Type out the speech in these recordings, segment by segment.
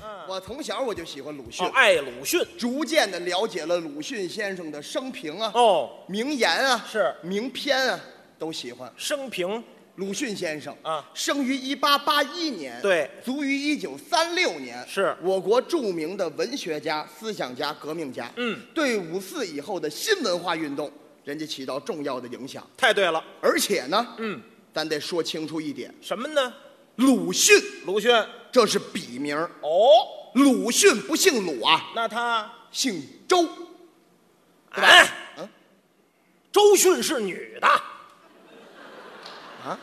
嗯我从小我就喜欢鲁迅哦，，爱鲁迅逐渐的了解了鲁迅先生的生平啊、哦，名言啊、是名篇啊，都喜欢。生平鲁迅先生啊生于一八八一年，对卒于一九三六年，是我国著名的文学家、思想家、革命家。嗯，对五四以后的新文化运动，人家起到重要的影响。太对了，而且呢，嗯，咱得说清楚一点，什么呢？鲁迅鲁迅这是笔名儿，哦，鲁迅不姓鲁啊，那他姓周。哎，嗯周迅是女的，啊，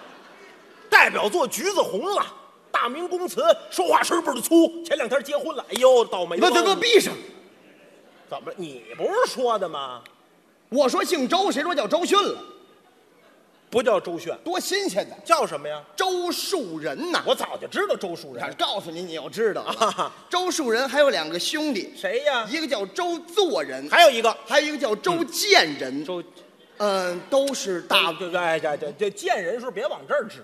代表作《橘子红》了。大明宫词，说话声倍儿粗。前两天结婚了，哎呦，倒霉你了！把嘴给我闭上！怎么？你不是说的吗？我说姓周，谁说叫周迅了？不叫周迅，多新鲜的！叫什么呀？周树人呐，我早就知道周树哪人，告诉你，你要知道了啊周树人还有两个兄弟，谁呀？一个叫周作人，还有一个还有一个叫周建人。周嗯，都是大，对对，哎这这这见人时候别往这儿指，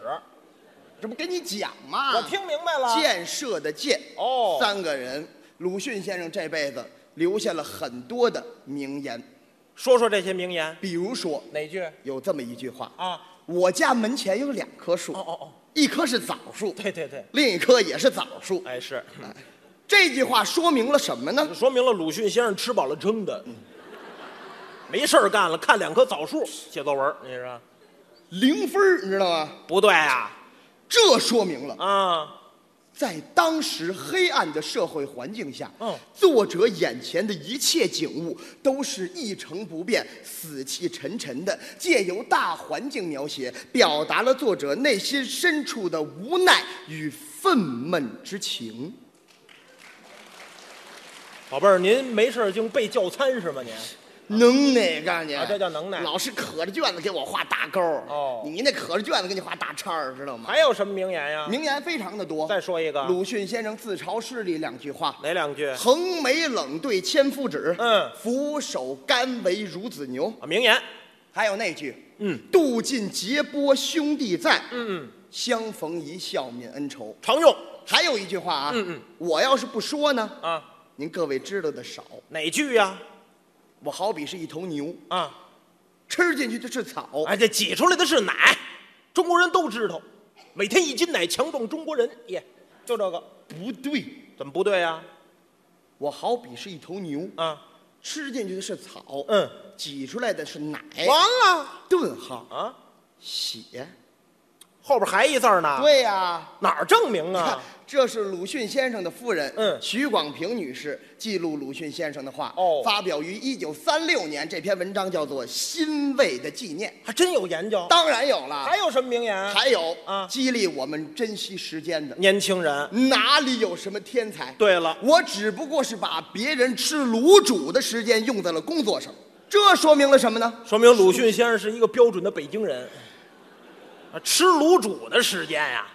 这不跟你讲吗？我听明白了。建设的建。哦三个人，鲁迅先生这辈子留下了很多的名言，说说这些名言，比如说哪句有这么一句话啊？：“我家门前有两棵树哦，哦哦，一棵是枣树，对对对，另一棵也是枣树。哎是，” 这句话说明了什么呢？说明了鲁迅先生吃饱了撑的，没事儿干了，看两棵枣树写作文，你说零分儿，你知道吗？不对啊？这说明了。啊，在当时黑暗的社会环境下，嗯作者眼前的一切景物都是一成不变、死气沉沉的，借由大环境描写，表达了作者内心深处的无奈与愤懑之情。宝贝儿，您没事儿净背教参是吗？您能耐，告诉你，啊这叫能耐老师可着卷子给我画大勾儿哦你那可着卷子给你画大叉儿，知道吗？还有什么名言呀？名言非常的多。啊再说一个，鲁迅先生自嘲诗里两句话，哪两句？啊横眉冷对千夫指，嗯俯首甘为孺子牛。名言，还有那句，嗯，渡尽劫波兄弟在，嗯嗯，相逢一笑泯恩仇。常用还有一句话啊，嗯嗯，我要是不说呢，啊，您各位知道的少。哪句呀？我好比是一头牛，啊，吃进去的是草，哎，这挤出来的是奶，中国人都知道，每天一斤奶强壮中国人耶，就这个不对。怎么不对呀？我好比是一头牛，啊，吃进去的是草，嗯，挤出来的是奶。完了顿号啊，血。后边还一字儿呢。对呀、哪儿证明啊？这是鲁迅先生的夫人，嗯徐广平女士记录鲁迅先生的话，哦发表于一九三六年。这篇文章叫做《欣慰的纪念还真有研究》，。当然有了，还有什么名言？还有啊激励我们珍惜时间的。年轻人。哪里有什么天才？对了，我只不过是把别人吃卤煮的时间用在了工作上，这说明了什么呢？说明鲁迅先生是一个标准的北京人。啊，吃卤煮的时间呀、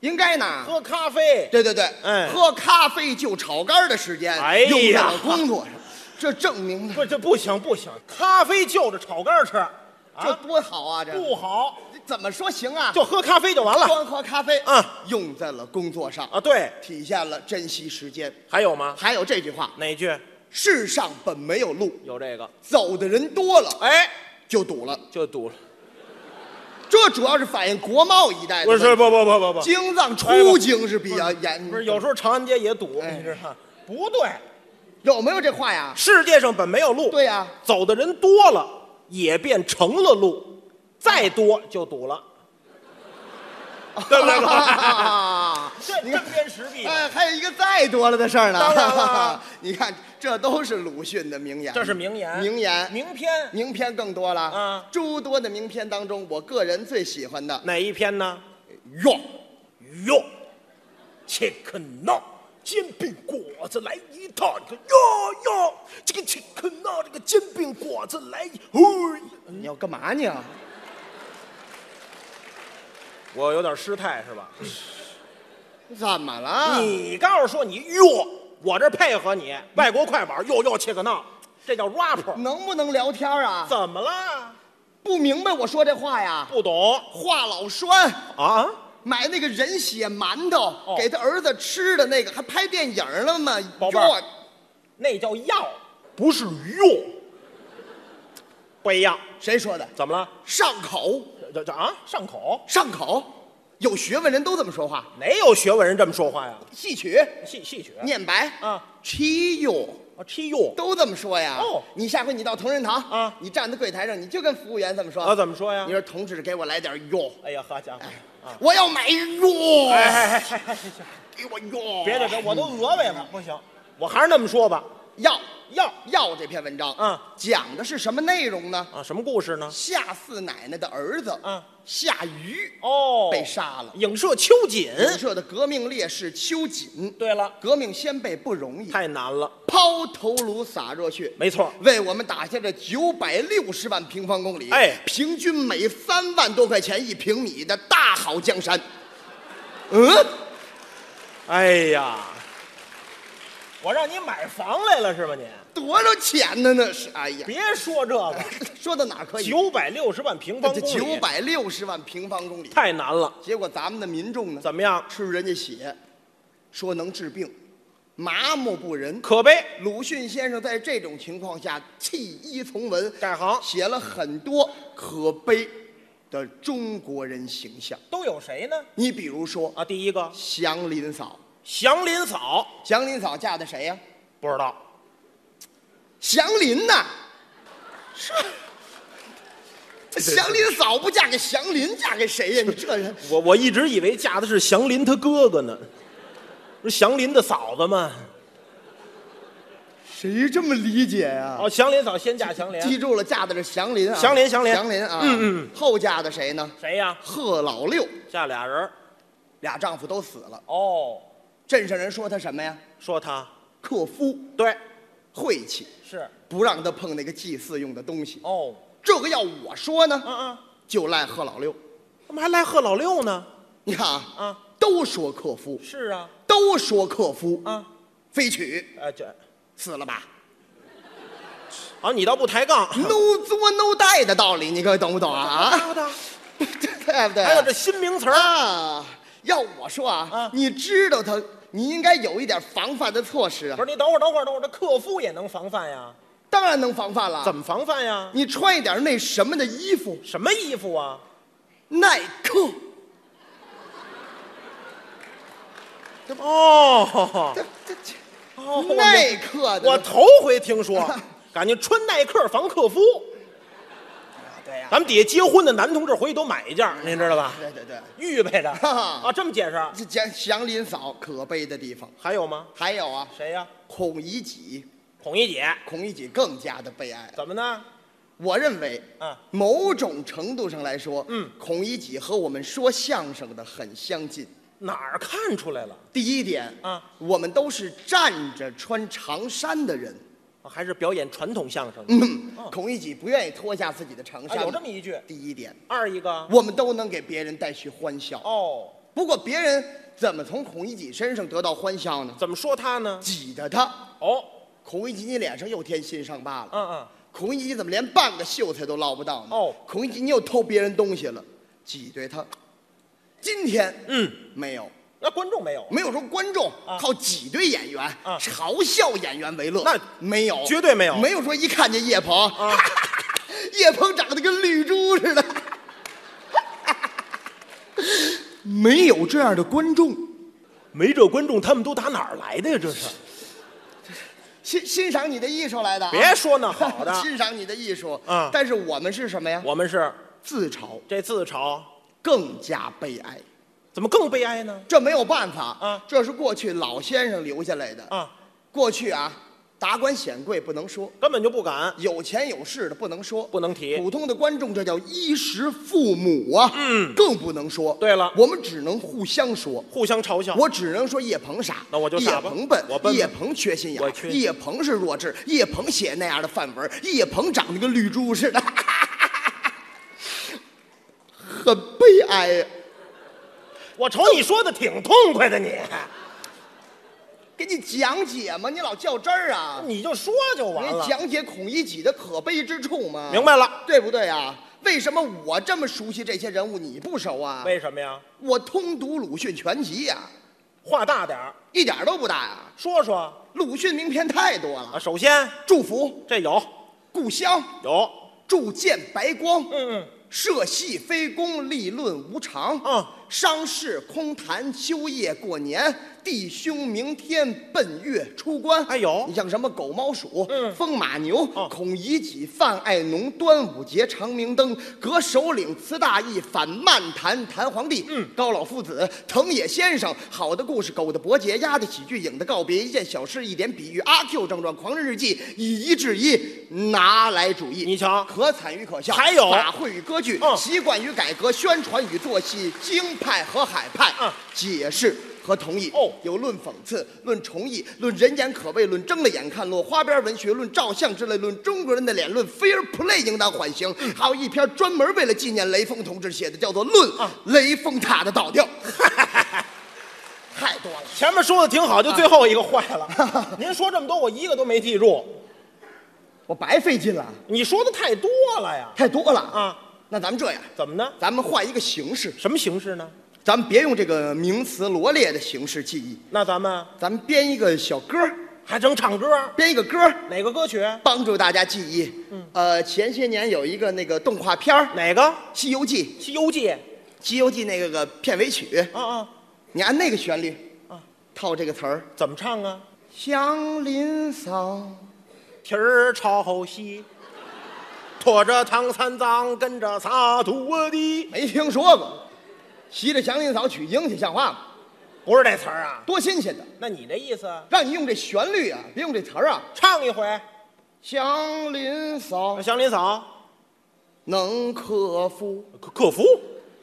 应该呢，喝咖啡，对对对，哎喝咖啡就炒肝儿的时间哎呀用在了工作上，这证明了不，这不行不行，咖啡就着炒肝吃，这啊，多好啊！这不好，怎么说行啊？就喝咖啡就完了光喝咖啡啊，用在了工作上，啊。对，体现了珍惜时间。还有吗？还有这句话：哪句世上本没有路，有这个？走的人多了哎，就堵了。就堵了。这主要是反映国贸一带的不问题。是，不不不不不，京藏出京是比较严。不是，有时候长安街也堵，哎你知道吗？不对，有没有这话呀？世界上本没有路。对呀、走的人多了，也便成了路，再多就堵了，对不对？ 这你真看。边实弊， 哎，还有一个再多了的事儿呢。当然了 你看，这都是鲁迅的名言。这是名言，名言，名篇名篇更多了啊诸多的名篇当中，我个人最喜欢的哪一篇呢？哟，哟，切克闹，煎饼果子来一套，你看哟哟，这个切克闹，这个煎饼果子来一，嘿，你啊要干嘛呢？我有点失态是吧？怎么了？啊你告诉说你哟，我这配合你，外国快板哟哟切克闹，这叫 rap，能不能聊天啊？怎么了？不明白我说这话呀？不懂话老栓，啊？买那个人血馒头、给他儿子吃的那个，还拍电影了吗？哦宝贝儿哟那叫药，不是药，不一样。谁说的？怎么了？上口，这这这啊，上口？上口，有学问人都这么说话。哪有学问人这么说话呀？戏曲、戏戏曲念白啊，吃哟，啊，吃药都这么说呀。哦你下回你到同仁堂啊你站在柜台上，你就跟服务员这么说。啊？怎么说呀你？说同志，给我来点哟，哎呀，好家伙！我要买哟，哎哎哎哎哎！给我哟，别的这我都额外了，不行，我还是那么说吧。要药要这篇文章，嗯讲的是什么内容呢？啊，什么故事呢？夏四奶奶的儿子，嗯，夏禹哦，被杀了。影射秋瑾。人社的革命烈士秋瑾，对了，革命先辈不容易，太难了，抛头颅洒热血，没错。为我们打下这九百六十万平方公里，哎平均每三万多块钱一平米的大好江山。嗯，哎呀，我让你买房来了是吧你？多少钱呢？那是，哎呀，别说这个， 说到哪儿可以？九百六十万平方公里，九百六十万平方公里，太难了。结果咱们的民众呢，怎么样？吃人家血，说能治病，麻木不仁。可悲，鲁迅先生在这种情况下弃医从文，改行写了很多可悲的中国人形象。都有谁呢？你比如说啊，第一个祥林嫂，祥林嫂，祥林嫂嫁的谁呀、不知道。祥林呐、是祥林嫂不嫁给祥林，嫁给谁呀、你这人我我一直以为嫁的是祥林他哥哥呢，不是祥林的嫂子吗？谁这么理解呀、哦，祥林嫂先嫁祥记林，住了，嫁的是祥林啊，祥林祥林祥林啊，嗯嗯，后嫁的谁呢？谁呀？贺老六，嫁俩人儿俩丈夫都死了。哦，镇上人说他什么呀？说他克夫，对，晦气，是不让他碰那个祭祀用的东西。哦，这个要我说呢，嗯嗯，就赖贺老六。怎么还来贺老六呢？你看啊，啊，都说克夫，是啊，都说克夫，啊，非娶哎这，死了吧啊你倒不抬杠， ？no 作 no die 的道理，你各位懂不懂啊？ 对不对？对不对？还哎有这新名词儿，啊，要我说啊啊，你知道他，你应该有一点防范的措施啊不。是你等会儿等会儿等会儿，这克夫也能防范呀？当然能防范了，怎么？么防范呀？你穿一点那什么的衣服，什么衣服啊？耐克。哦，这这这哦我耐克的，我头回听说，啊感觉穿耐克防克夫。对呀、 咱们底下结婚的男同志回去都买一件儿，您知道吧？对对对，预备着啊，这么解释。这讲祥林嫂可悲的地方，还有吗？还有啊，谁呀、孔乙己，孔乙己，孔乙己更加的悲哀了。怎么呢？我认为，啊，某种程度上来说，嗯，孔乙己和我们说相声的很相近。哪儿看出来了？第一点啊，我们都是站着穿长衫的人。啊还是表演传统相声的、嗯哦，孔乙己不愿意脱下自己的长啊？衫。有这么一句。第一点，二一个，我们都能给别人带去欢笑。哦，不过别人怎么从孔乙己身上得到欢笑呢？怎么说他呢？挤得他，哦，孔乙己你脸上又添新伤疤了。嗯嗯，孔乙己怎么连半个秀才都捞不到呢？哦孔乙己你又偷别人东西了，挤兑他。今天嗯，没有，那观众没有，没有说观众啊靠挤兑演员、啊嘲笑演员为乐，那没有，绝对没有啊没有说一看见叶鹏， 叶鹏长得跟绿珠似的， 没有这样的观众。没这观众，他们都打哪儿来的呀？这是，欣欣赏你的艺术来的啊、别说那好的， 欣赏你的艺术啊但是我们是什么呀？我们是自嘲，这自嘲，更加悲哀。怎么更悲哀呢？这没有办法啊这是过去老先生留下来的。啊，过去啊，达官显贵不能说，根本就不敢，有钱有势的不能说，不能提。普通的观众这叫衣食父母啊，嗯，更不能说。对了我们只能互相说。互相嘲笑。我只能说叶鹏傻，那我就叶傻吧鹏笨，我笨吧叶鹏缺心眼儿我，缺叶鹏是弱智，叶鹏写那样的范文，叶鹏长得跟绿珠似的， 很悲哀啊呀。我瞅你说的挺痛快的你，给你讲解嘛，你老较真儿啊？ 你就说就完你了。讲解孔乙己的可悲之处嘛？明白了，对不对啊？为什么我这么熟悉这些人物，你不熟啊？为什么呀？我通读鲁迅全集呀、话大点儿，一点儿都不大呀、说说鲁迅名篇太多啊。了，首先，祝福、这有故乡、有，铸剑白光、嗯嗯，社戏非公、立论无常、嗯商事空谈、秋夜过年、弟兄明天奔月出关。哎有你像什么狗猫鼠、嗯风马牛、哦孔乙己、范爱农、端午节、长明灯、革首领、词大义、反漫谈、谈皇帝、嗯高老夫子、藤野先生、好的故事、狗的伯爵、鸭的喜剧、影的告别、一件小事、一点比喻、阿 Q 正传、狂人日记、以一制一、拿来主义。你瞧可惨与可笑，还有法会与歌剧、嗯习惯与改革、宣传与做戏、京派和海派、嗯解释。和同意哦有论讽刺、论重译、论人言可畏、论睁了眼看落、花边文学、论照相之类、论中国人的脸、论 fair play 应当缓刑，嗯还有一篇专门为了纪念雷锋同志写的，叫做《论啊雷锋塔的倒掉》， 太多了。前面说的挺好，就最后一个坏了。 您说这么多，我一个都没记住。我白费劲了，你说的太多了呀？太多了啊！那咱们这样，怎么呢？咱们换一个形式，什么形式呢？咱们别用这个名词罗列的形式记忆，那咱们咱们编一个小歌儿，还整唱歌，编一个歌儿，哪个歌曲？帮助大家记忆。呃，前些年有一个那个动画片儿《哪个？《西游记》，《西游记》西游记》那个个片尾曲，啊啊，你按那个旋律啊，套这个词儿。怎么唱啊？祥林嫂，蹄儿朝西，驮着唐三藏，跟着仨徒弟。没听说过，袭着祥林嫂取经去，像话吗？不是这词儿啊？多新鲜的！那你这意思？让你用这旋律啊，别用这词儿啊。唱一回。祥林嫂祥林嫂，能克服客客服。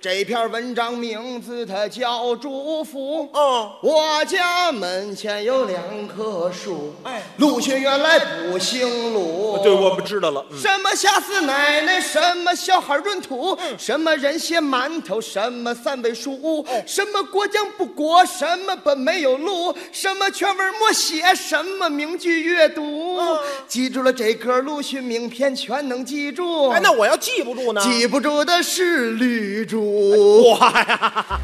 这篇文章名字，它叫祝福。哦，我家门前有两棵树，哎鲁迅原来不姓鲁。对，我们知道了。嗯什么吓死奶奶，什么小孩闰土，嗯什么人血馒头，什么三味书，嗯什么过江不过，什么本没有路，什么全文默写，什么名句阅读。嗯记住了这歌，鲁迅名篇全能记哎住。哎，那我要记不住呢？哎记不住的是绿竹。哇呀！